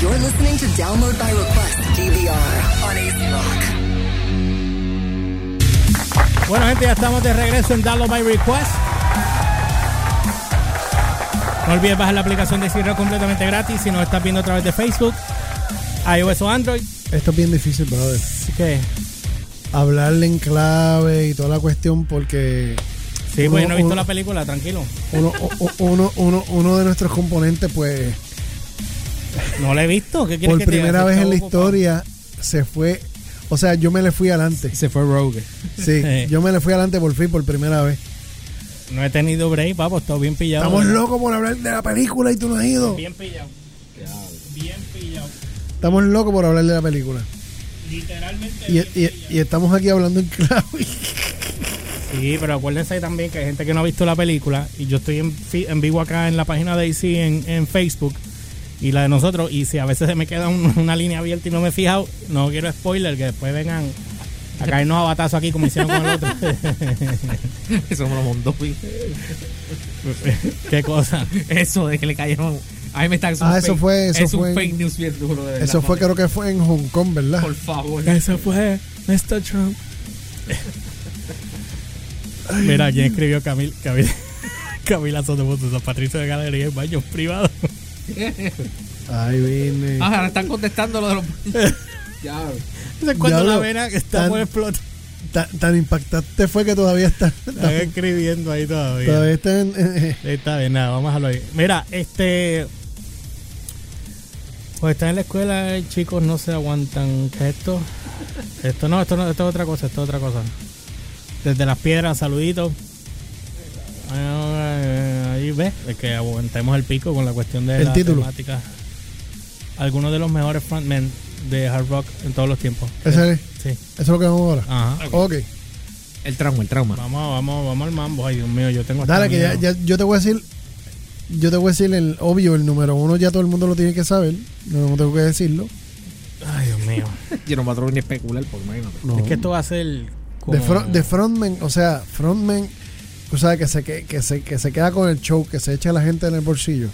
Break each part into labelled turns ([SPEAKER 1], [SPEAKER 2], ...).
[SPEAKER 1] You're listening to Download by Request DVR on AC Rock.
[SPEAKER 2] Bueno, gente, ya estamos de regreso en Download by Request. No olvides bajar la aplicación de Cirro completamente gratis si nos estás viendo a través de Facebook, iOS o Android.
[SPEAKER 3] Esto es bien difícil, brother.
[SPEAKER 2] Así que,
[SPEAKER 3] Hablarle en clave y toda la cuestión porque
[SPEAKER 2] sí,
[SPEAKER 3] Uno-
[SPEAKER 2] pues no he visto
[SPEAKER 3] uno-
[SPEAKER 2] la película, tranquilo.
[SPEAKER 3] uno, o- o- uno, uno, uno de nuestros componentes, pues,
[SPEAKER 2] No la he visto. ¿Qué quieres
[SPEAKER 3] por
[SPEAKER 2] que te diga?
[SPEAKER 3] primera
[SPEAKER 2] Si
[SPEAKER 3] vez en la
[SPEAKER 2] estaba ocupado.
[SPEAKER 3] historia se fue. O sea, yo me le fui adelante.
[SPEAKER 2] Se fue Rogue.
[SPEAKER 3] Sí, yo me le fui adelante por fin, por primera vez.
[SPEAKER 2] No he tenido break, papo, estoy bien pillado.
[SPEAKER 3] Estamos locos por hablar de la película y tú no has ido.
[SPEAKER 2] Bien pillado. Bien pillado.
[SPEAKER 3] Estamos locos por hablar de la película.
[SPEAKER 2] Literalmente.
[SPEAKER 3] Y, y- y estamos aquí hablando en clave.
[SPEAKER 2] Sí, pero acuérdense también que hay gente que no ha visto la película y yo estoy en, fi- en vivo acá en la página de AC en, en Facebook y la de nosotros y si a veces se me queda un- una línea abierta y no me he fijado, no quiero spoiler, que después vengan a caernos a batazo aquí como hicieron con el otro.
[SPEAKER 4] Eso me lo mandó. güey.
[SPEAKER 2] Qué cosa.
[SPEAKER 4] Eso de que le cayeron. A mí me está. es un
[SPEAKER 3] Ah, eso
[SPEAKER 4] fake-
[SPEAKER 3] fue- eso
[SPEAKER 4] es un
[SPEAKER 3] fue en-
[SPEAKER 4] fake news bien duro, de verdad,
[SPEAKER 3] Eso fue,
[SPEAKER 4] mami.
[SPEAKER 3] creo que fue en Hong Kong, ¿verdad?
[SPEAKER 4] Por favor.
[SPEAKER 2] Eso fue Mr. Trump. Mira, ¿quién escribió Camil, Camil, Camila Sotomayor, San Patricio de Galería en baños privados?
[SPEAKER 3] Ay, vine.
[SPEAKER 4] Ah, ahora están contestando lo de los. ya,
[SPEAKER 2] Es cuando
[SPEAKER 3] Diablo,
[SPEAKER 2] la vena que está
[SPEAKER 3] tan-
[SPEAKER 2] por explotar.
[SPEAKER 3] Tan, tan impactante fue que todavía está,
[SPEAKER 2] Están
[SPEAKER 3] está-
[SPEAKER 2] escribiendo ahí todavía.
[SPEAKER 3] todavía está en, eh, en-
[SPEAKER 2] Está bien, nada, vamos a dejarlo ahí. Mira, este. Pues están en la escuela, eh, chicos, no se aguantan. ¿Qué es esto? Esto no, esto no, esto es otra cosa, esto es otra cosa. Desde las piedras, saluditos. Eh, Ahí ves, es que aguantemos el pico con la cuestión de
[SPEAKER 3] El
[SPEAKER 2] la
[SPEAKER 3] título.
[SPEAKER 2] temática. Algunos de los mejores frontmen de hard rock en todos los tiempos.
[SPEAKER 3] ese- eso
[SPEAKER 2] Sí.
[SPEAKER 3] es lo que vamos ahora.
[SPEAKER 2] Ajá.
[SPEAKER 3] Ah, Ok.
[SPEAKER 4] el trauma, el trauma.
[SPEAKER 2] Vamos, vamos, vamos al mambo. Ay, Dios mío, yo tengo hasta
[SPEAKER 3] Dale, que ya,
[SPEAKER 2] miedo.
[SPEAKER 3] ya- yo te voy a decir, yo te voy a decir el obvio, el número uno ya todo el mundo lo tiene que saber, no, no tengo que decirlo.
[SPEAKER 2] Ay, Dios mío.
[SPEAKER 4] Yo no me atrevo ni a especular, porque imagínate.
[SPEAKER 3] No.
[SPEAKER 2] Es que esto va a ser. como-
[SPEAKER 3] de, fro- de frontman, o sea, frontman, o sea, que se, que, que se, que se queda con el show, que se echa a la gente en el bolsillo.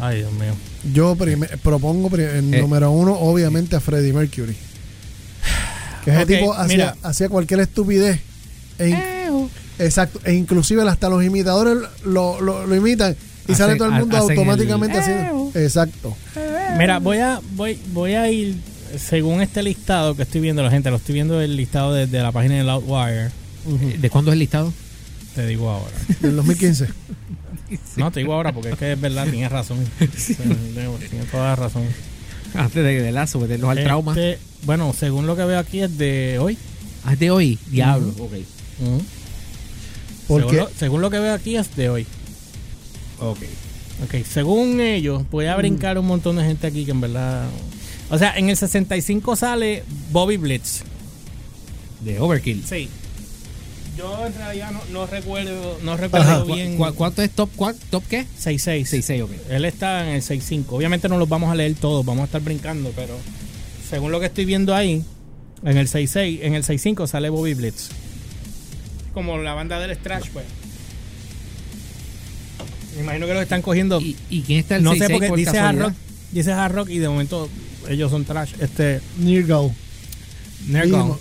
[SPEAKER 2] Ay, Dios mío.
[SPEAKER 3] Yo prime- propongo pri- el
[SPEAKER 4] Eh.
[SPEAKER 3] número uno, obviamente, a Freddie Mercury. Que ese
[SPEAKER 2] Ok,
[SPEAKER 3] tipo hacía,
[SPEAKER 2] mira.
[SPEAKER 3] hacía cualquier estupidez. E in- Exacto. E inclusive hasta los imitadores lo, lo- lo imitan y
[SPEAKER 4] Hacen-
[SPEAKER 3] sale todo el mundo
[SPEAKER 4] hacen el-
[SPEAKER 3] automáticamente haciendo. Exacto.
[SPEAKER 2] Mira, voy a, voy, voy a ir según este listado que estoy viendo, la gente. Lo estoy viendo el listado desde la página de Loudwire.
[SPEAKER 3] Ujú.
[SPEAKER 4] ¿De cuándo es el listado?
[SPEAKER 2] Te digo ahora.
[SPEAKER 3] Del 2015.
[SPEAKER 2] No, te digo ahora porque es que es verdad, tienes razón. Tienes toda la razón.
[SPEAKER 4] Antes de, de lazo, meterlos al trauma.
[SPEAKER 2] Este, bueno, según lo que veo aquí es de hoy.
[SPEAKER 4] eh. Ah, es de hoy. Diablo. Ok.
[SPEAKER 2] Ujú.
[SPEAKER 3] Porque
[SPEAKER 2] Según lo, según lo que veo aquí es de hoy.
[SPEAKER 4] Ok.
[SPEAKER 2] Ok, según ellos, voy
[SPEAKER 3] Mm.
[SPEAKER 2] a brincar un montón de gente aquí que en verdad. O sea, en el 65 sale Bobby Blitz.
[SPEAKER 4] De Overkill.
[SPEAKER 2] Sí. Yo en realidad no, no recuerdo, no
[SPEAKER 3] Ajá.
[SPEAKER 2] recuerdo
[SPEAKER 4] ¿Cu-
[SPEAKER 2] bien.
[SPEAKER 4] cu- ¿Cuánto es top? cuán- ¿Top qué?
[SPEAKER 2] 6-6.
[SPEAKER 4] 6-6, ok.
[SPEAKER 2] Él está en el 6-5. Obviamente no los vamos a leer todos, vamos a estar brincando, pero según lo que estoy viendo ahí, en el 6-6, en el 6-5 sale Bobby Blitz. Como la banda del Strash, pues. Me imagino que los están cogiendo.
[SPEAKER 4] ¿Y, y quién está el
[SPEAKER 2] no
[SPEAKER 4] 6-6
[SPEAKER 2] sé porque
[SPEAKER 4] por
[SPEAKER 2] dice hard
[SPEAKER 4] casualidad?
[SPEAKER 2] rock, dice hard rock y de momento ellos son trash. Este
[SPEAKER 3] Nirgal.
[SPEAKER 2] Nergal.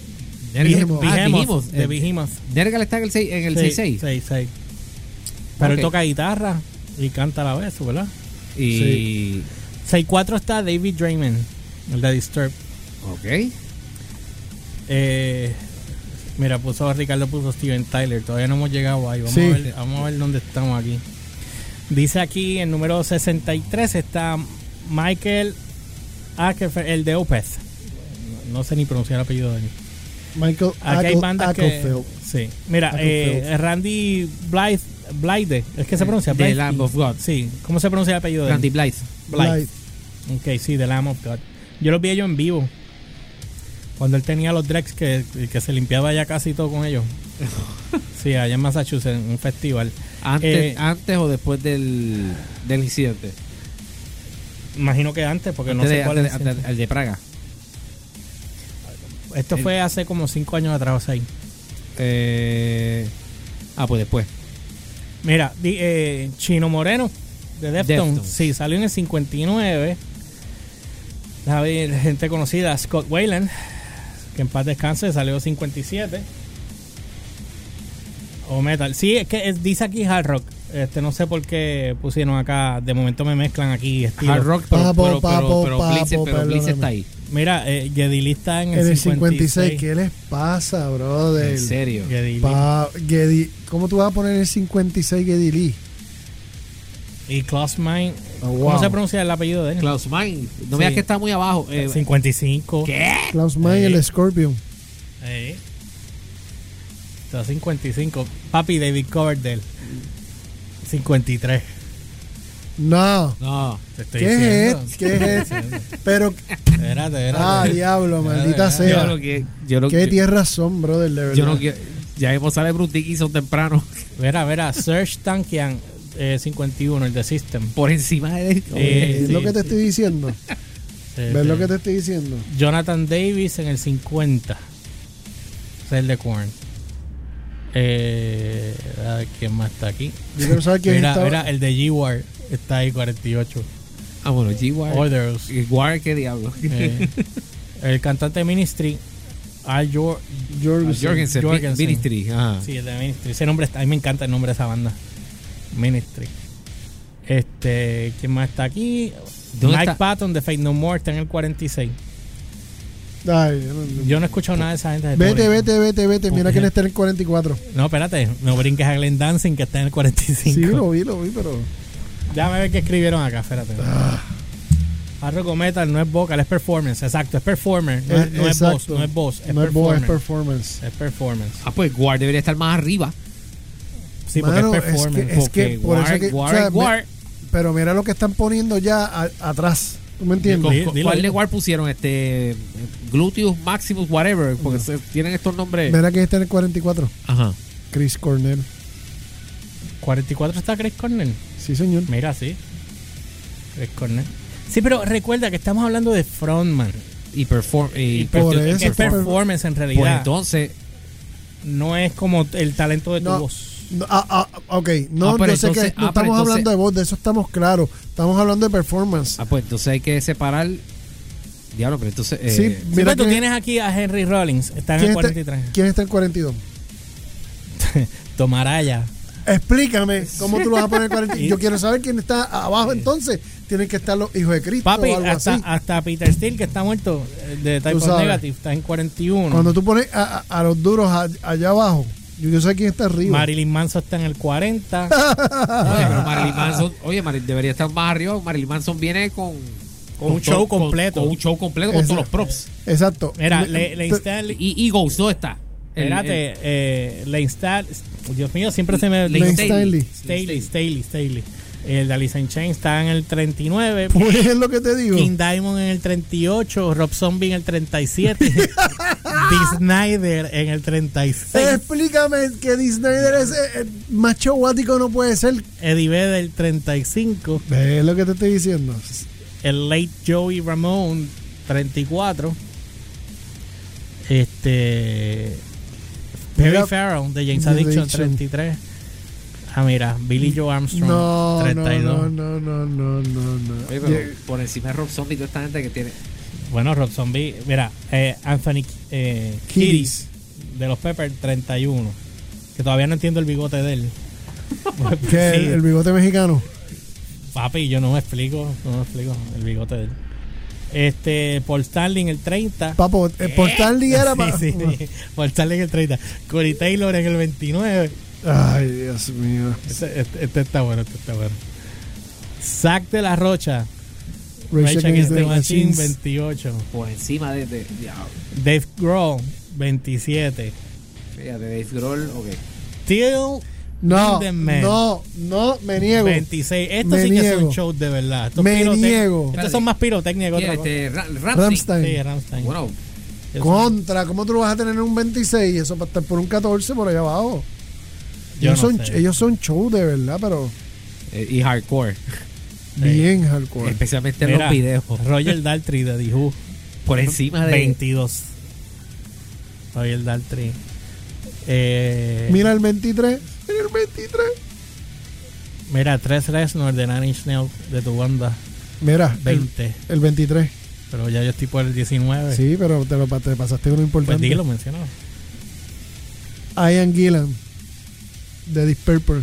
[SPEAKER 3] Behemoth.
[SPEAKER 4] Nergal.
[SPEAKER 3] Behemoth.
[SPEAKER 4] Ah,
[SPEAKER 2] Behemoth,
[SPEAKER 4] Behemoth.
[SPEAKER 2] de
[SPEAKER 4] Eh,
[SPEAKER 2] Behemoth.
[SPEAKER 4] Nergal está en el 6-6. En el
[SPEAKER 2] Sí,
[SPEAKER 4] 6-6.
[SPEAKER 2] 6-6. Pero
[SPEAKER 4] Ok.
[SPEAKER 2] él toca guitarra y canta a la vez, ¿verdad?
[SPEAKER 4] Y.
[SPEAKER 2] 6-4 está David Draymond, el de Disturbed.
[SPEAKER 4] Ok.
[SPEAKER 2] Eh, mira, puso Ricardo, puso Steven Tyler. Todavía no hemos llegado ahí. Vamos,
[SPEAKER 3] Sí.
[SPEAKER 2] a, ver, vamos a ver dónde estamos aquí. Dice aquí el número 63 está Michael Ackerfer, el de Opeth. No, no sé ni pronunciar el apellido de él.
[SPEAKER 3] Michael
[SPEAKER 2] Aquí hay
[SPEAKER 3] Ackle-
[SPEAKER 2] bandas que.
[SPEAKER 3] Acklefeld.
[SPEAKER 2] Sí. Mira,
[SPEAKER 3] Ackelfeld.
[SPEAKER 2] eh, Randy Blythe. Blythe, es que se pronuncia
[SPEAKER 4] The
[SPEAKER 2] Blythe.
[SPEAKER 4] Lamb of God.
[SPEAKER 2] Sí, ¿cómo se pronuncia el apellido de él?
[SPEAKER 4] Randy Blythe.
[SPEAKER 2] Blythe.
[SPEAKER 3] Blythe.
[SPEAKER 2] Ok, sí, The Lamb of God. Yo los vi ellos en vivo. Cuando él tenía los Drex que, que se limpiaba ya casi todo con ellos. Sí, allá en Massachusetts, en un festival.
[SPEAKER 4] Antes,
[SPEAKER 2] Eh,
[SPEAKER 4] antes o después del, del incidente.
[SPEAKER 2] Imagino que antes, porque
[SPEAKER 4] Antes
[SPEAKER 2] no sé
[SPEAKER 4] de-
[SPEAKER 2] cuál
[SPEAKER 4] antes
[SPEAKER 2] es.
[SPEAKER 4] de- antes- el de Praga.
[SPEAKER 2] Esto fue hace como cinco años atrás o seis.
[SPEAKER 4] Eh, ah, pues después.
[SPEAKER 2] Mira, di- eh, Chino Moreno, de Deftones.
[SPEAKER 4] Deftones.
[SPEAKER 2] Sí, salió en el 59. A ver, gente conocida, Scott Wayland, que en paz descanse, salió en 57. O metal. Sí, es que es- dice aquí hard rock. Este, no sé por qué pusieron acá. De momento me mezclan aquí. estilo.
[SPEAKER 4] Hard rock, pero,
[SPEAKER 3] Papo,
[SPEAKER 4] pero, pero,
[SPEAKER 3] papo,
[SPEAKER 4] pero
[SPEAKER 3] papo,
[SPEAKER 4] Blitz- pero Blitz
[SPEAKER 3] perdóname.
[SPEAKER 4] está ahí.
[SPEAKER 2] Mira, eh, Geddy Lee está en
[SPEAKER 3] En
[SPEAKER 2] el,
[SPEAKER 3] el 56,
[SPEAKER 2] 56.
[SPEAKER 3] ¿qué les pasa, brother?
[SPEAKER 4] En serio.
[SPEAKER 2] Geddy Lee.
[SPEAKER 3] Pa- Geddy- ¿Cómo tú vas a poner el 56 Geddy Lee?
[SPEAKER 2] Y Klaus Mine.
[SPEAKER 3] Oh,
[SPEAKER 2] ¿Cómo
[SPEAKER 3] wow.
[SPEAKER 2] se pronuncia el apellido de él?
[SPEAKER 4] Klaus Mine. No
[SPEAKER 2] Sí.
[SPEAKER 4] veas que está muy abajo. Eh,
[SPEAKER 2] 55.
[SPEAKER 4] ¿Qué?
[SPEAKER 3] Klaus May,
[SPEAKER 2] Eh.
[SPEAKER 3] el Scorpion.
[SPEAKER 2] Eh. Está 55. Papi David Coverdale. 53.
[SPEAKER 3] No.
[SPEAKER 4] No.
[SPEAKER 2] Te estoy
[SPEAKER 3] ¿Qué es
[SPEAKER 2] diciendo.
[SPEAKER 3] esto? ¿é es esto? Pero,
[SPEAKER 2] Espérate, espérate.
[SPEAKER 3] ah, diablo,
[SPEAKER 2] ya,
[SPEAKER 3] maldita
[SPEAKER 4] Yo
[SPEAKER 3] sea.
[SPEAKER 4] lo que. Yo lo
[SPEAKER 3] Qué
[SPEAKER 4] que.
[SPEAKER 3] tienes razón, brother, de verdad.
[SPEAKER 4] Yo no quiero. Ya hemos salido Bruce Dickinson temprano.
[SPEAKER 2] Verá, verá. Serge Tankian, eh, 51, el de System.
[SPEAKER 4] Por encima de él.
[SPEAKER 2] Eh,
[SPEAKER 3] Es lo
[SPEAKER 2] sí,
[SPEAKER 3] que te estoy diciendo.
[SPEAKER 2] Eh,
[SPEAKER 3] ¿Ves lo
[SPEAKER 2] eh,
[SPEAKER 3] que te estoy diciendo?
[SPEAKER 2] Jonathan Davis en el 50. Ese Es el de Korn. Eh, a ver quién más está aquí.
[SPEAKER 3] Yo quiero saber quién
[SPEAKER 2] Mira,
[SPEAKER 3] estaba-
[SPEAKER 2] mira, el de G-War está ahí 48.
[SPEAKER 4] Ah, bueno, G-Wire.
[SPEAKER 2] Others.
[SPEAKER 4] G-Wire, qué diablo.
[SPEAKER 2] Eh, el cantante de Ministry, Al Jor-
[SPEAKER 3] Jorgensen.
[SPEAKER 4] Jorgensen, Mi-
[SPEAKER 2] Jorgensen.
[SPEAKER 4] Ministry. Ajá.
[SPEAKER 2] Sí, el de Ministry. Ese nombre está, a mí me encanta el nombre de esa banda. Ministry. Este, ¿quién más está aquí?
[SPEAKER 4] ¿Dónde
[SPEAKER 2] Mike
[SPEAKER 4] está?
[SPEAKER 2] Patton de Fate No More está en el 46.
[SPEAKER 3] Ay, yo no-
[SPEAKER 2] Yo no he escuchado nada de esa gente. de
[SPEAKER 3] Vete,
[SPEAKER 2] pobre.
[SPEAKER 3] vete, vete, vete. Mira
[SPEAKER 2] Ujú.
[SPEAKER 3] quién está en el 44.
[SPEAKER 2] No, espérate, no brinques a Glenn Dancing que está en el
[SPEAKER 3] Sí,
[SPEAKER 2] 45.
[SPEAKER 3] lo vi, lo vi, pero.
[SPEAKER 2] Déjame ver qué escribieron acá, espérate.
[SPEAKER 3] Ah.
[SPEAKER 2] Hard rock o metal no es vocal, es performance, exacto, es performer, no es,
[SPEAKER 3] Eh,
[SPEAKER 2] no es voz,
[SPEAKER 3] exacto.
[SPEAKER 2] no es voz, es
[SPEAKER 3] no es voz, es
[SPEAKER 2] performance.
[SPEAKER 3] performance.
[SPEAKER 2] Es performance.
[SPEAKER 4] Ah, pues Wire debería estar más arriba.
[SPEAKER 2] Sí,
[SPEAKER 3] Mano,
[SPEAKER 2] porque es
[SPEAKER 3] es que-
[SPEAKER 2] performance.
[SPEAKER 3] es que
[SPEAKER 4] Porque
[SPEAKER 3] por eso
[SPEAKER 4] Wire,
[SPEAKER 3] que- o
[SPEAKER 4] Wire,
[SPEAKER 3] sea, me-
[SPEAKER 4] Wire.
[SPEAKER 3] Pero mira lo que están poniendo ya a- atrás. ¿Tú me entiendes?
[SPEAKER 2] Di-
[SPEAKER 4] ¿Cu-
[SPEAKER 2] dilo,
[SPEAKER 4] ¿Cuál
[SPEAKER 2] dilo.
[SPEAKER 4] de Wire pusieron? Este. Gluteus Maximus, whatever. Porque se- tienen estos nombres.
[SPEAKER 3] Mira quién está en el 44.
[SPEAKER 4] Ajá.
[SPEAKER 3] Chris Cornell.
[SPEAKER 2] 44 está Chris Cornell.
[SPEAKER 3] Sí, señor.
[SPEAKER 2] Mira, sí. Chris Cornell. Sí, pero recuerda que estamos hablando de frontman.
[SPEAKER 4] Y perform. Y,
[SPEAKER 2] Pero
[SPEAKER 3] por
[SPEAKER 2] es
[SPEAKER 3] eso,
[SPEAKER 2] que es
[SPEAKER 3] por-
[SPEAKER 2] performance en
[SPEAKER 4] pues
[SPEAKER 2] realidad.
[SPEAKER 4] entonces.
[SPEAKER 2] no es como el talento de tu
[SPEAKER 3] No.
[SPEAKER 2] voz.
[SPEAKER 3] No, ah, ah, ok, no,
[SPEAKER 4] Ah, pero
[SPEAKER 3] yo sé
[SPEAKER 4] entonces-
[SPEAKER 3] que no
[SPEAKER 4] ah, pero
[SPEAKER 3] estamos
[SPEAKER 4] entonces-
[SPEAKER 3] hablando de voz, de eso estamos claros. Estamos hablando de performance.
[SPEAKER 4] Ah, pues entonces hay que separar. Diablo, pero entonces. eh,
[SPEAKER 3] sí,
[SPEAKER 2] Sí,
[SPEAKER 3] mira
[SPEAKER 2] pero tú
[SPEAKER 3] quién,
[SPEAKER 2] tienes aquí a Henry Rollins, está en
[SPEAKER 3] quién
[SPEAKER 2] el
[SPEAKER 3] está,
[SPEAKER 2] 43.
[SPEAKER 3] quién está en el 42.
[SPEAKER 2] Tomaraya.
[SPEAKER 3] Explícame cómo tú lo vas a poner en 42. Yo quiero saber quién está abajo entonces. Tienen que estar los hijos de Cristo
[SPEAKER 2] Papi,
[SPEAKER 3] o algo
[SPEAKER 2] hasta,
[SPEAKER 3] así.
[SPEAKER 2] hasta Peter Steele, que está muerto eh, de Type of
[SPEAKER 3] sabes.
[SPEAKER 2] Negative, está en 41.
[SPEAKER 3] Cuando tú pones a, a- a los duros a- allá abajo, yo, yo sé quién está arriba.
[SPEAKER 2] Marilyn Manson está en el 40.
[SPEAKER 4] Oye, pero Marilyn Manson, oye, Marilyn debería estar más arriba. Marilyn Manson viene con,
[SPEAKER 2] Con un
[SPEAKER 4] todo-
[SPEAKER 2] show completo.
[SPEAKER 4] Con, un show completo, con
[SPEAKER 3] Esa-
[SPEAKER 4] todos los props.
[SPEAKER 3] Exacto.
[SPEAKER 2] Mira,
[SPEAKER 3] Me-
[SPEAKER 2] le, le
[SPEAKER 3] te-
[SPEAKER 2] instal-
[SPEAKER 4] Y Eagles, ¿dónde está? El-
[SPEAKER 2] Espérate, eh, le instal- Dios mío, siempre se me.
[SPEAKER 4] Lane
[SPEAKER 3] Lane
[SPEAKER 4] Staley.
[SPEAKER 3] Staley.
[SPEAKER 2] Staley, Staley, Staley. El de Alice in Chains está en el 39.
[SPEAKER 3] Pues es lo que te digo.
[SPEAKER 2] King Diamond en el 38. Rob Zombie en el 37. Dee Snyder en el
[SPEAKER 3] Eh.
[SPEAKER 2] 36.
[SPEAKER 3] Explícame que Disney es eh, eh, macho guático no puede ser.
[SPEAKER 2] Eddie Vedder el 35.
[SPEAKER 3] Es lo que te estoy diciendo.
[SPEAKER 2] El late Joey Ramón, 34. Este. Perry
[SPEAKER 3] Mira,
[SPEAKER 2] Farrell de James
[SPEAKER 3] de
[SPEAKER 2] Addiction,
[SPEAKER 3] Addiction.
[SPEAKER 2] 33. Ah, mira, Billy Joe Armstrong,
[SPEAKER 3] No, no,
[SPEAKER 2] 32.
[SPEAKER 3] no, no, no, no, no, no.
[SPEAKER 4] Oye, pero por encima de Rob Zombie y toda esta gente que tiene.
[SPEAKER 2] Bueno, Rob Zombie, mira, eh, Anthony eh,
[SPEAKER 3] Kiddis.
[SPEAKER 2] Kiddis, de los Peppers, 31. Que todavía no entiendo el bigote de él.
[SPEAKER 3] ¿Qué?
[SPEAKER 2] Sí,
[SPEAKER 3] El, el bigote mexicano.
[SPEAKER 2] Papi, yo no me explico, no me explico el bigote de él. Este, Paul Stanley en el 30.
[SPEAKER 3] Papo, eh, por tal día era para.
[SPEAKER 2] Sí, sí, sí. Por Charlie en el 30. Corey Taylor en el 29.
[SPEAKER 3] Ay, Dios mío.
[SPEAKER 2] Este, este- este está bueno, este está bueno. Zach de la Rocha.
[SPEAKER 3] Rage
[SPEAKER 2] Rage
[SPEAKER 3] Against the
[SPEAKER 2] Machine,
[SPEAKER 3] Machines.
[SPEAKER 2] 28.
[SPEAKER 4] Por encima de. de- diablo.
[SPEAKER 2] Dave Grohl, 27.
[SPEAKER 4] Fíjate, Dave Grohl, ok.
[SPEAKER 2] Till,
[SPEAKER 3] No,
[SPEAKER 2] Lindemann.
[SPEAKER 3] no, no, me niego.
[SPEAKER 2] 26. Estos
[SPEAKER 3] Me
[SPEAKER 2] sí que son
[SPEAKER 3] niego.
[SPEAKER 2] shows de verdad. Estos
[SPEAKER 3] Me
[SPEAKER 2] pirotec-
[SPEAKER 3] niego.
[SPEAKER 2] Estos son más pirotecnia que
[SPEAKER 4] Y
[SPEAKER 2] otra cosa.
[SPEAKER 4] este, Ra- Ramsey.
[SPEAKER 3] Ramstein.
[SPEAKER 2] Sí, Rammstein.
[SPEAKER 4] Bueno,
[SPEAKER 2] Yo-
[SPEAKER 3] Contra, ¿cómo tú vas a tener un 26 y eso para estar por un 14 por allá abajo?
[SPEAKER 2] yo no
[SPEAKER 3] ellos, son,
[SPEAKER 2] sé.
[SPEAKER 3] ellos son show de verdad, pero
[SPEAKER 4] eh, y hardcore.
[SPEAKER 3] bien hardcore.
[SPEAKER 4] Especialmente en
[SPEAKER 2] Mira,
[SPEAKER 4] los videos.
[SPEAKER 2] Roger Daltrey de The Who.
[SPEAKER 4] Por encima de.
[SPEAKER 2] 22. Javier Daltri. Eh,
[SPEAKER 3] Mira el 23. Mira el 23.
[SPEAKER 2] Mira, tres Reznor de Nine Inch Nails de tu banda.
[SPEAKER 3] Mira, el,
[SPEAKER 2] 20.
[SPEAKER 3] el 23.
[SPEAKER 2] Pero ya yo estoy por el 19.
[SPEAKER 3] Sí, pero te, lo, te pasaste uno importante.
[SPEAKER 2] Pues dilo, mencionado.
[SPEAKER 3] Ian Gillan de Deep Purple.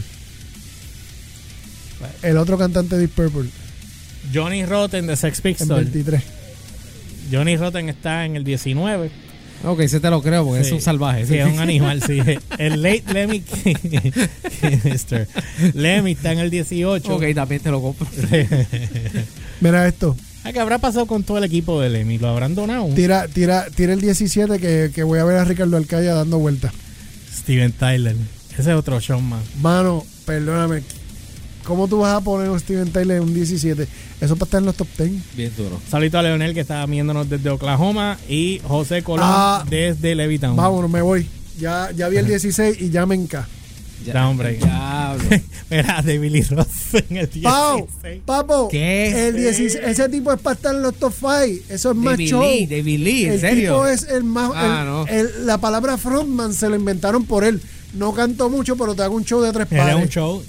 [SPEAKER 3] El otro cantante de Deep Purple,
[SPEAKER 2] Johnny Rotten de Sex
[SPEAKER 3] el
[SPEAKER 2] Pistols.
[SPEAKER 3] 23.
[SPEAKER 2] Johnny Rotten está en el 19.
[SPEAKER 4] Ok, ese te lo creo porque
[SPEAKER 2] Sí.
[SPEAKER 4] es un salvaje.
[SPEAKER 2] Sí,
[SPEAKER 4] sí.
[SPEAKER 2] es un animal, sí. El late Lemmy Mister. Lemmy está en el 18.
[SPEAKER 4] Ok, también te lo compro.
[SPEAKER 3] Mira esto,
[SPEAKER 2] Ah, ¿Qué habrá pasado con todo el equipo de Lemmy? ¿Lo habrán donado?
[SPEAKER 3] tira, tira, tira el 17 que, que voy a ver a Ricardo Alcaya dando vueltas.
[SPEAKER 2] Steven Tyler. Ese es otro showman.
[SPEAKER 3] Mano, perdóname. ¿Cómo tú vas a poner a Steven Tyler en un 17? Eso para estar en los top 10.
[SPEAKER 4] Bien duro.
[SPEAKER 2] Saludito a Leonel que está viéndonos desde Oklahoma y José Colón
[SPEAKER 3] Ah.
[SPEAKER 2] desde Levitown.
[SPEAKER 3] Vámonos, me voy. Ya, ya vi el 16 y ya me enca.
[SPEAKER 4] Ya,
[SPEAKER 2] Da, hombre.
[SPEAKER 4] Diablo.
[SPEAKER 2] Mira, de Billy Ross en el 16.
[SPEAKER 3] Pau, papo,
[SPEAKER 4] ¿Qué?
[SPEAKER 3] el 16, ese tipo es para estar en los top 5. Eso es más
[SPEAKER 4] David
[SPEAKER 3] show.
[SPEAKER 4] Lee, David Lee, en
[SPEAKER 3] el
[SPEAKER 4] serio.
[SPEAKER 3] tipo es el más.
[SPEAKER 4] Ah,
[SPEAKER 3] el-
[SPEAKER 4] no.
[SPEAKER 3] el- la palabra frontman se lo inventaron por él. No canto mucho, pero te hago un show de tres
[SPEAKER 2] Era
[SPEAKER 3] pares.
[SPEAKER 2] un show.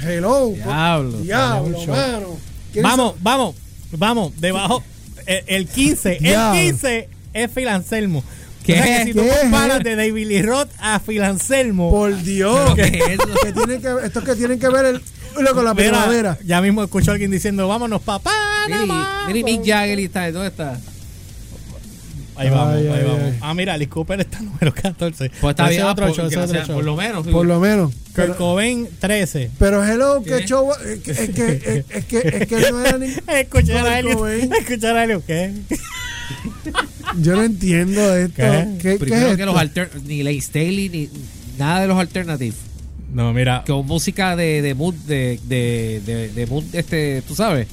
[SPEAKER 3] Hello.
[SPEAKER 4] Diablo.
[SPEAKER 3] Diablo,
[SPEAKER 2] Era un show.
[SPEAKER 3] mano. ¿Quieres
[SPEAKER 2] Vamos, vamos, vamos, debajo. El, el 15, el
[SPEAKER 3] Diablo.
[SPEAKER 2] 15 es Phil Anselmo.
[SPEAKER 4] ¿Qué?
[SPEAKER 2] O sea que si tú
[SPEAKER 3] ¿Qué?
[SPEAKER 2] comparas de David Lee Roth a Phil Anselmo,
[SPEAKER 3] Por Dios.
[SPEAKER 4] ¿Qué es eso?
[SPEAKER 3] que tienen que, estos que tienen que ver el, lo con la
[SPEAKER 2] mira,
[SPEAKER 3] primavera.
[SPEAKER 2] ya mismo escucho a alguien diciendo, vámonos, papá.
[SPEAKER 4] Mira, y- mira y Mick Jagger y está, ¿dónde está?
[SPEAKER 2] Ahí vamos,
[SPEAKER 3] Ay,
[SPEAKER 2] ahí
[SPEAKER 3] ay,
[SPEAKER 2] vamos.
[SPEAKER 3] ay.
[SPEAKER 2] Ah, mira, Alice Cooper está número 14.
[SPEAKER 4] Pues está
[SPEAKER 2] Ese
[SPEAKER 4] bien,
[SPEAKER 2] es
[SPEAKER 4] ah,
[SPEAKER 2] otro
[SPEAKER 4] por,
[SPEAKER 2] show, ese es
[SPEAKER 4] gracias,
[SPEAKER 2] otro show.
[SPEAKER 4] por lo menos.
[SPEAKER 3] Por lo menos.
[SPEAKER 2] Kurt Cobain, 13.
[SPEAKER 3] Pero hello, qué
[SPEAKER 4] ¿Qué?
[SPEAKER 3] show. Es que, es que, es que, es que, es que no era ni.
[SPEAKER 2] Escuchar a
[SPEAKER 3] Kurt
[SPEAKER 2] Elliot.
[SPEAKER 3] Cobain.
[SPEAKER 2] Escuchar a Elliot, ¿qué?
[SPEAKER 3] Yo no entiendo esto.
[SPEAKER 2] ¿Qué?
[SPEAKER 3] ¿Qué, qué
[SPEAKER 4] Primero
[SPEAKER 3] es
[SPEAKER 4] que este.
[SPEAKER 3] esto?
[SPEAKER 4] los alter, ni Lane Staley, ni nada de los alternativos.
[SPEAKER 2] No, mira.
[SPEAKER 4] Con música de, de mood, de, de, de, de mood, este, tú sabes,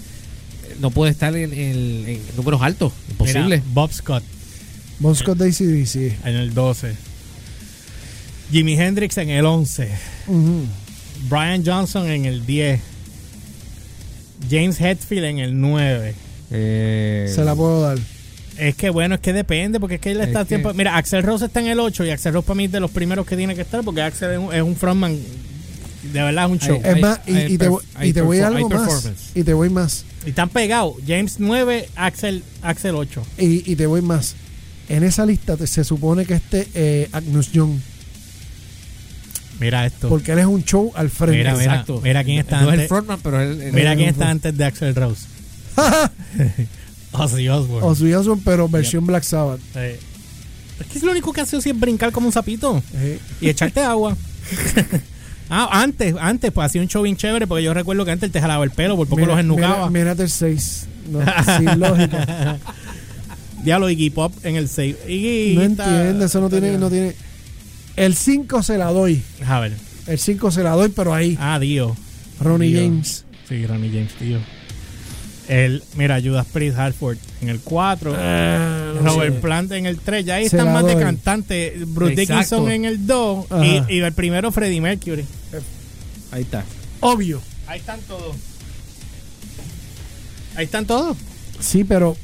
[SPEAKER 4] no puede estar en, en- en números altos. Imposible.
[SPEAKER 2] mira, Bob Scott
[SPEAKER 3] Bon Scott de ACDC.
[SPEAKER 2] en el 12. Jimi Hendrix en el 11.
[SPEAKER 3] Ujú.
[SPEAKER 2] Brian Johnson en el 10. James Hetfield en el 9.
[SPEAKER 4] Eh,
[SPEAKER 3] Se la puedo dar.
[SPEAKER 2] Es que bueno, es que depende, porque es que él está
[SPEAKER 4] Es que-
[SPEAKER 2] tiempo. Mira, Axel Rose está en el 8 y Axel Rose para mí es de los primeros que tiene que estar, porque Axel es un, es un frontman. De verdad es un show.
[SPEAKER 4] Ay,
[SPEAKER 3] Es más, y,
[SPEAKER 4] hay
[SPEAKER 3] y te,
[SPEAKER 4] perf-
[SPEAKER 3] voy-
[SPEAKER 4] hay
[SPEAKER 3] y te voy a
[SPEAKER 4] perfor-
[SPEAKER 3] algo
[SPEAKER 4] hay
[SPEAKER 3] más.
[SPEAKER 4] performance.
[SPEAKER 3] Y te voy más.
[SPEAKER 2] Y están pegados. James 9, Axel, Axel 8.
[SPEAKER 3] Y, y te voy más. En esa lista te- se supone que esté eh, Agnus Young.
[SPEAKER 2] Mira esto.
[SPEAKER 3] Porque él es un show al frente.
[SPEAKER 2] Mira, mira. Mira quién está
[SPEAKER 4] No es el
[SPEAKER 2] antes.
[SPEAKER 4] frontman, pero es el, el-
[SPEAKER 2] Mira
[SPEAKER 4] el-
[SPEAKER 2] quién está antes de Axel Rose. Ozzy Osbourne.
[SPEAKER 3] Ozzy Osbourne, pero versión Black Sabbath.
[SPEAKER 2] Sí. Es que es lo único que hace Ozzy es brincar como un sapito.
[SPEAKER 3] Eh,
[SPEAKER 2] y echarte agua. ah, antes, antes, pues hacía un show bien chévere, porque yo recuerdo que antes él te jalaba el pelo, por poco
[SPEAKER 3] mira-
[SPEAKER 2] los ennucaba.
[SPEAKER 3] mira- Mírate el 6. No, sin lógica.
[SPEAKER 2] Diablo Iggy Pop en el 6. Iggy.
[SPEAKER 3] No
[SPEAKER 2] está-
[SPEAKER 3] entiendo, eso no
[SPEAKER 2] está
[SPEAKER 3] tiene,
[SPEAKER 2] bien.
[SPEAKER 3] no tiene. El 5 se la doy.
[SPEAKER 2] A ver.
[SPEAKER 3] El 5 se la doy, pero ahí.
[SPEAKER 2] Ah, Dio.
[SPEAKER 3] Ronnie
[SPEAKER 2] Dios.
[SPEAKER 3] James.
[SPEAKER 2] Sí, Ronnie James, tío. El, mira, Judas Priest, Hartford en el 4.
[SPEAKER 3] Ah,
[SPEAKER 2] Ah, Robert Plant en el 3. Ya ahí
[SPEAKER 3] Se
[SPEAKER 2] están
[SPEAKER 3] la
[SPEAKER 2] más de
[SPEAKER 3] doy.
[SPEAKER 2] cantante. Bruce
[SPEAKER 4] Exacto.
[SPEAKER 2] Dickinson en el 2.
[SPEAKER 3] Ajá.
[SPEAKER 2] Y, y el primero, Freddie Mercury.
[SPEAKER 4] Ahí está.
[SPEAKER 3] Obvio.
[SPEAKER 2] Ahí están todos. Ahí están todos.
[SPEAKER 3] Sí, pero,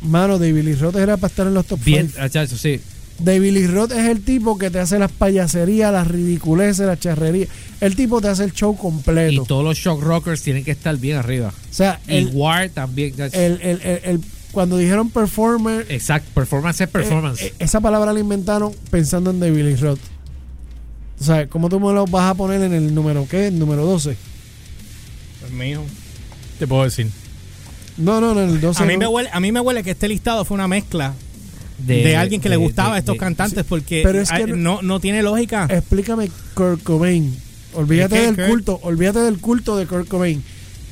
[SPEAKER 3] mano, David Lee Roth era para estar en los top
[SPEAKER 4] Bien,
[SPEAKER 3] 5.
[SPEAKER 4] muchachos, sí.
[SPEAKER 3] David Lee Roth es el tipo que te hace las payaserías, las ridiculeces, las charrerías. El tipo te hace el show completo.
[SPEAKER 4] Y todos los shock rockers tienen que estar bien arriba.
[SPEAKER 3] o sea,
[SPEAKER 4] Y
[SPEAKER 3] el,
[SPEAKER 4] Ward también.
[SPEAKER 3] el- el- el- el- cuando dijeron performer,
[SPEAKER 4] Exacto, performance es Eh, performance.
[SPEAKER 3] eh, esa palabra la inventaron pensando en David Lee Roth. O sea, ¿cómo tú me lo vas a poner en el número qué? El número 12.
[SPEAKER 2] Pues mijo, te puedo decir.
[SPEAKER 3] No, no, no, en el 12.
[SPEAKER 2] a, mí
[SPEAKER 3] no.
[SPEAKER 2] me huele, a mí me huele que este listado fue una mezcla eh, de, alguien que le
[SPEAKER 4] de-
[SPEAKER 2] gustaba
[SPEAKER 4] de-
[SPEAKER 2] a estos
[SPEAKER 4] de-
[SPEAKER 2] cantantes porque
[SPEAKER 3] Pero es
[SPEAKER 2] ay,
[SPEAKER 3] que- Eh,
[SPEAKER 2] no, no tiene lógica.
[SPEAKER 3] Explícame Kurt Cobain. Olvídate
[SPEAKER 2] Es que
[SPEAKER 3] del
[SPEAKER 2] Kurt-
[SPEAKER 3] culto, olvídate del culto de Kurt Cobain.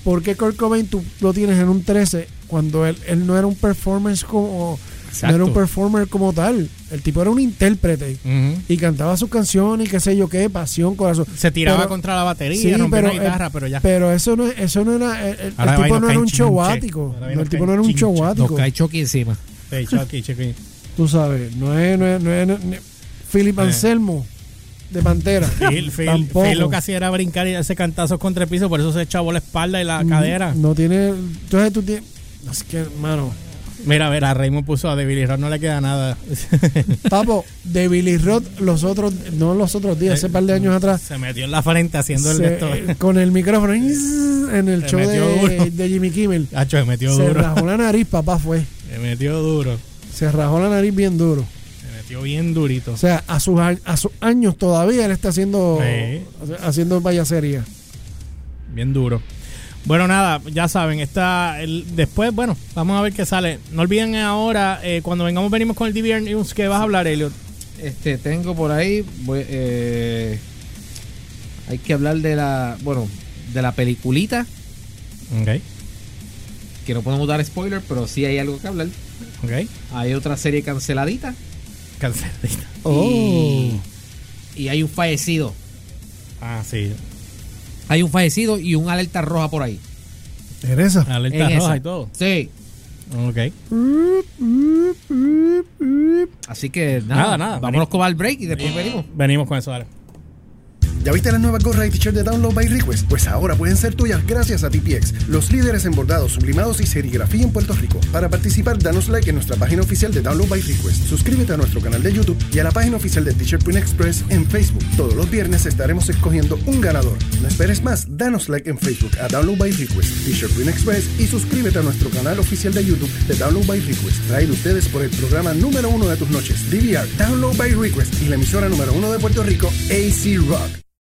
[SPEAKER 3] ¿Por qué Kurt Cobain tú lo tienes en un 13 cuando él, él no era un performance como
[SPEAKER 4] Exacto.
[SPEAKER 3] no era un performer como tal? El tipo era un intérprete
[SPEAKER 2] Ujú.
[SPEAKER 3] y cantaba sus canciones y qué sé yo qué, pasión, corazón.
[SPEAKER 2] Se tiraba
[SPEAKER 3] Pero-
[SPEAKER 2] contra la batería,
[SPEAKER 3] sí,
[SPEAKER 2] rompía
[SPEAKER 3] pero,
[SPEAKER 2] una guitarra,
[SPEAKER 3] eh,
[SPEAKER 2] pero ya.
[SPEAKER 3] Pero eso no eso no era el, el
[SPEAKER 2] Ahora
[SPEAKER 3] tipo
[SPEAKER 2] bailo
[SPEAKER 3] no era un
[SPEAKER 2] canchinche.
[SPEAKER 3] chauático,
[SPEAKER 2] Ahora bailo
[SPEAKER 3] el tipo no era un
[SPEAKER 2] canchinche.
[SPEAKER 4] Nos
[SPEAKER 3] chauático.
[SPEAKER 4] cae Chucky encima.
[SPEAKER 2] Hey, Chucky, Chucky.
[SPEAKER 3] Tú sabes, no es no es, no es, no es- Philip
[SPEAKER 2] Eh.
[SPEAKER 3] Anselmo de Pantera.
[SPEAKER 2] Phil, Phil,
[SPEAKER 3] Tampoco.
[SPEAKER 2] Phil lo que hacía era brincar y hacer cantazos contra el
[SPEAKER 3] Mm.
[SPEAKER 2] piso, por eso se echabó la espalda y la cadera.
[SPEAKER 3] No tiene. Entonces tú tienes. Es que, hermano.
[SPEAKER 2] Mira, a ver, a Raymond puso a De Billy Rock no le queda nada.
[SPEAKER 3] Papo, de Billy Roth, los otros, no los otros días, hace par de años atrás,
[SPEAKER 2] Se metió en la frente haciendo el
[SPEAKER 3] se- eh,
[SPEAKER 2] de Eh, esto.
[SPEAKER 3] con el micrófono en el
[SPEAKER 2] Se
[SPEAKER 3] show
[SPEAKER 2] metió
[SPEAKER 3] de,
[SPEAKER 2] duro.
[SPEAKER 3] de Jimmy Kimmel.
[SPEAKER 2] Hacho, se metió
[SPEAKER 3] Se
[SPEAKER 2] duro.
[SPEAKER 3] rajó la nariz, papá fue.
[SPEAKER 2] Se metió duro.
[SPEAKER 3] Se rajó la nariz bien duro.
[SPEAKER 2] Se metió bien durito.
[SPEAKER 3] O sea, a sus, a- a sus años todavía él está haciendo
[SPEAKER 2] Sí.
[SPEAKER 3] haciendo payasería.
[SPEAKER 2] Bien duro. Bueno, nada, ya saben, está el, después, bueno, vamos a ver qué sale. No olviden ahora, eh, cuando vengamos, venimos con el DVR News, que vas a hablar, Elliot.
[SPEAKER 4] Este, tengo por ahí. voy- eh, hay que hablar de la. Bueno, de la peliculita.
[SPEAKER 2] Ok,
[SPEAKER 4] Que no podemos dar spoiler, pero sí hay algo que hablar.
[SPEAKER 2] ok.
[SPEAKER 4] Hay otra serie canceladita.
[SPEAKER 2] Canceladita. Oh.
[SPEAKER 4] Y, y hay un fallecido.
[SPEAKER 2] Ah, sí.
[SPEAKER 4] Hay un fallecido y un alerta roja por ahí.
[SPEAKER 3] En esa.
[SPEAKER 2] Alerta
[SPEAKER 4] En
[SPEAKER 2] roja
[SPEAKER 4] esa.
[SPEAKER 2] y todo.
[SPEAKER 4] Sí.
[SPEAKER 2] Ok.
[SPEAKER 4] Así que nada,
[SPEAKER 2] Nada, nada.
[SPEAKER 4] Vámonos con el break y después venimos.
[SPEAKER 2] Venimos con eso, dale.
[SPEAKER 5] ¿Ya viste las nuevas gorras y t-shirts de Download by Request? Pues ahora pueden ser tuyas gracias a TPX, los líderes en bordados, sublimados y serigrafía en Puerto Rico. Para participar, danos like en nuestra página oficial de Download by Request. Suscríbete a nuestro canal de YouTube y a la página oficial de T-Shirt Print Express en Facebook. Todos los viernes estaremos escogiendo un ganador. No esperes más, danos like en Facebook a Download by Request, T-Shirt Print Express y suscríbete a nuestro canal oficial de YouTube de Download by Request. Traído ustedes por el programa número uno de tus noches, DVR, Download by Request y la emisora número uno de Puerto Rico, AC Rock.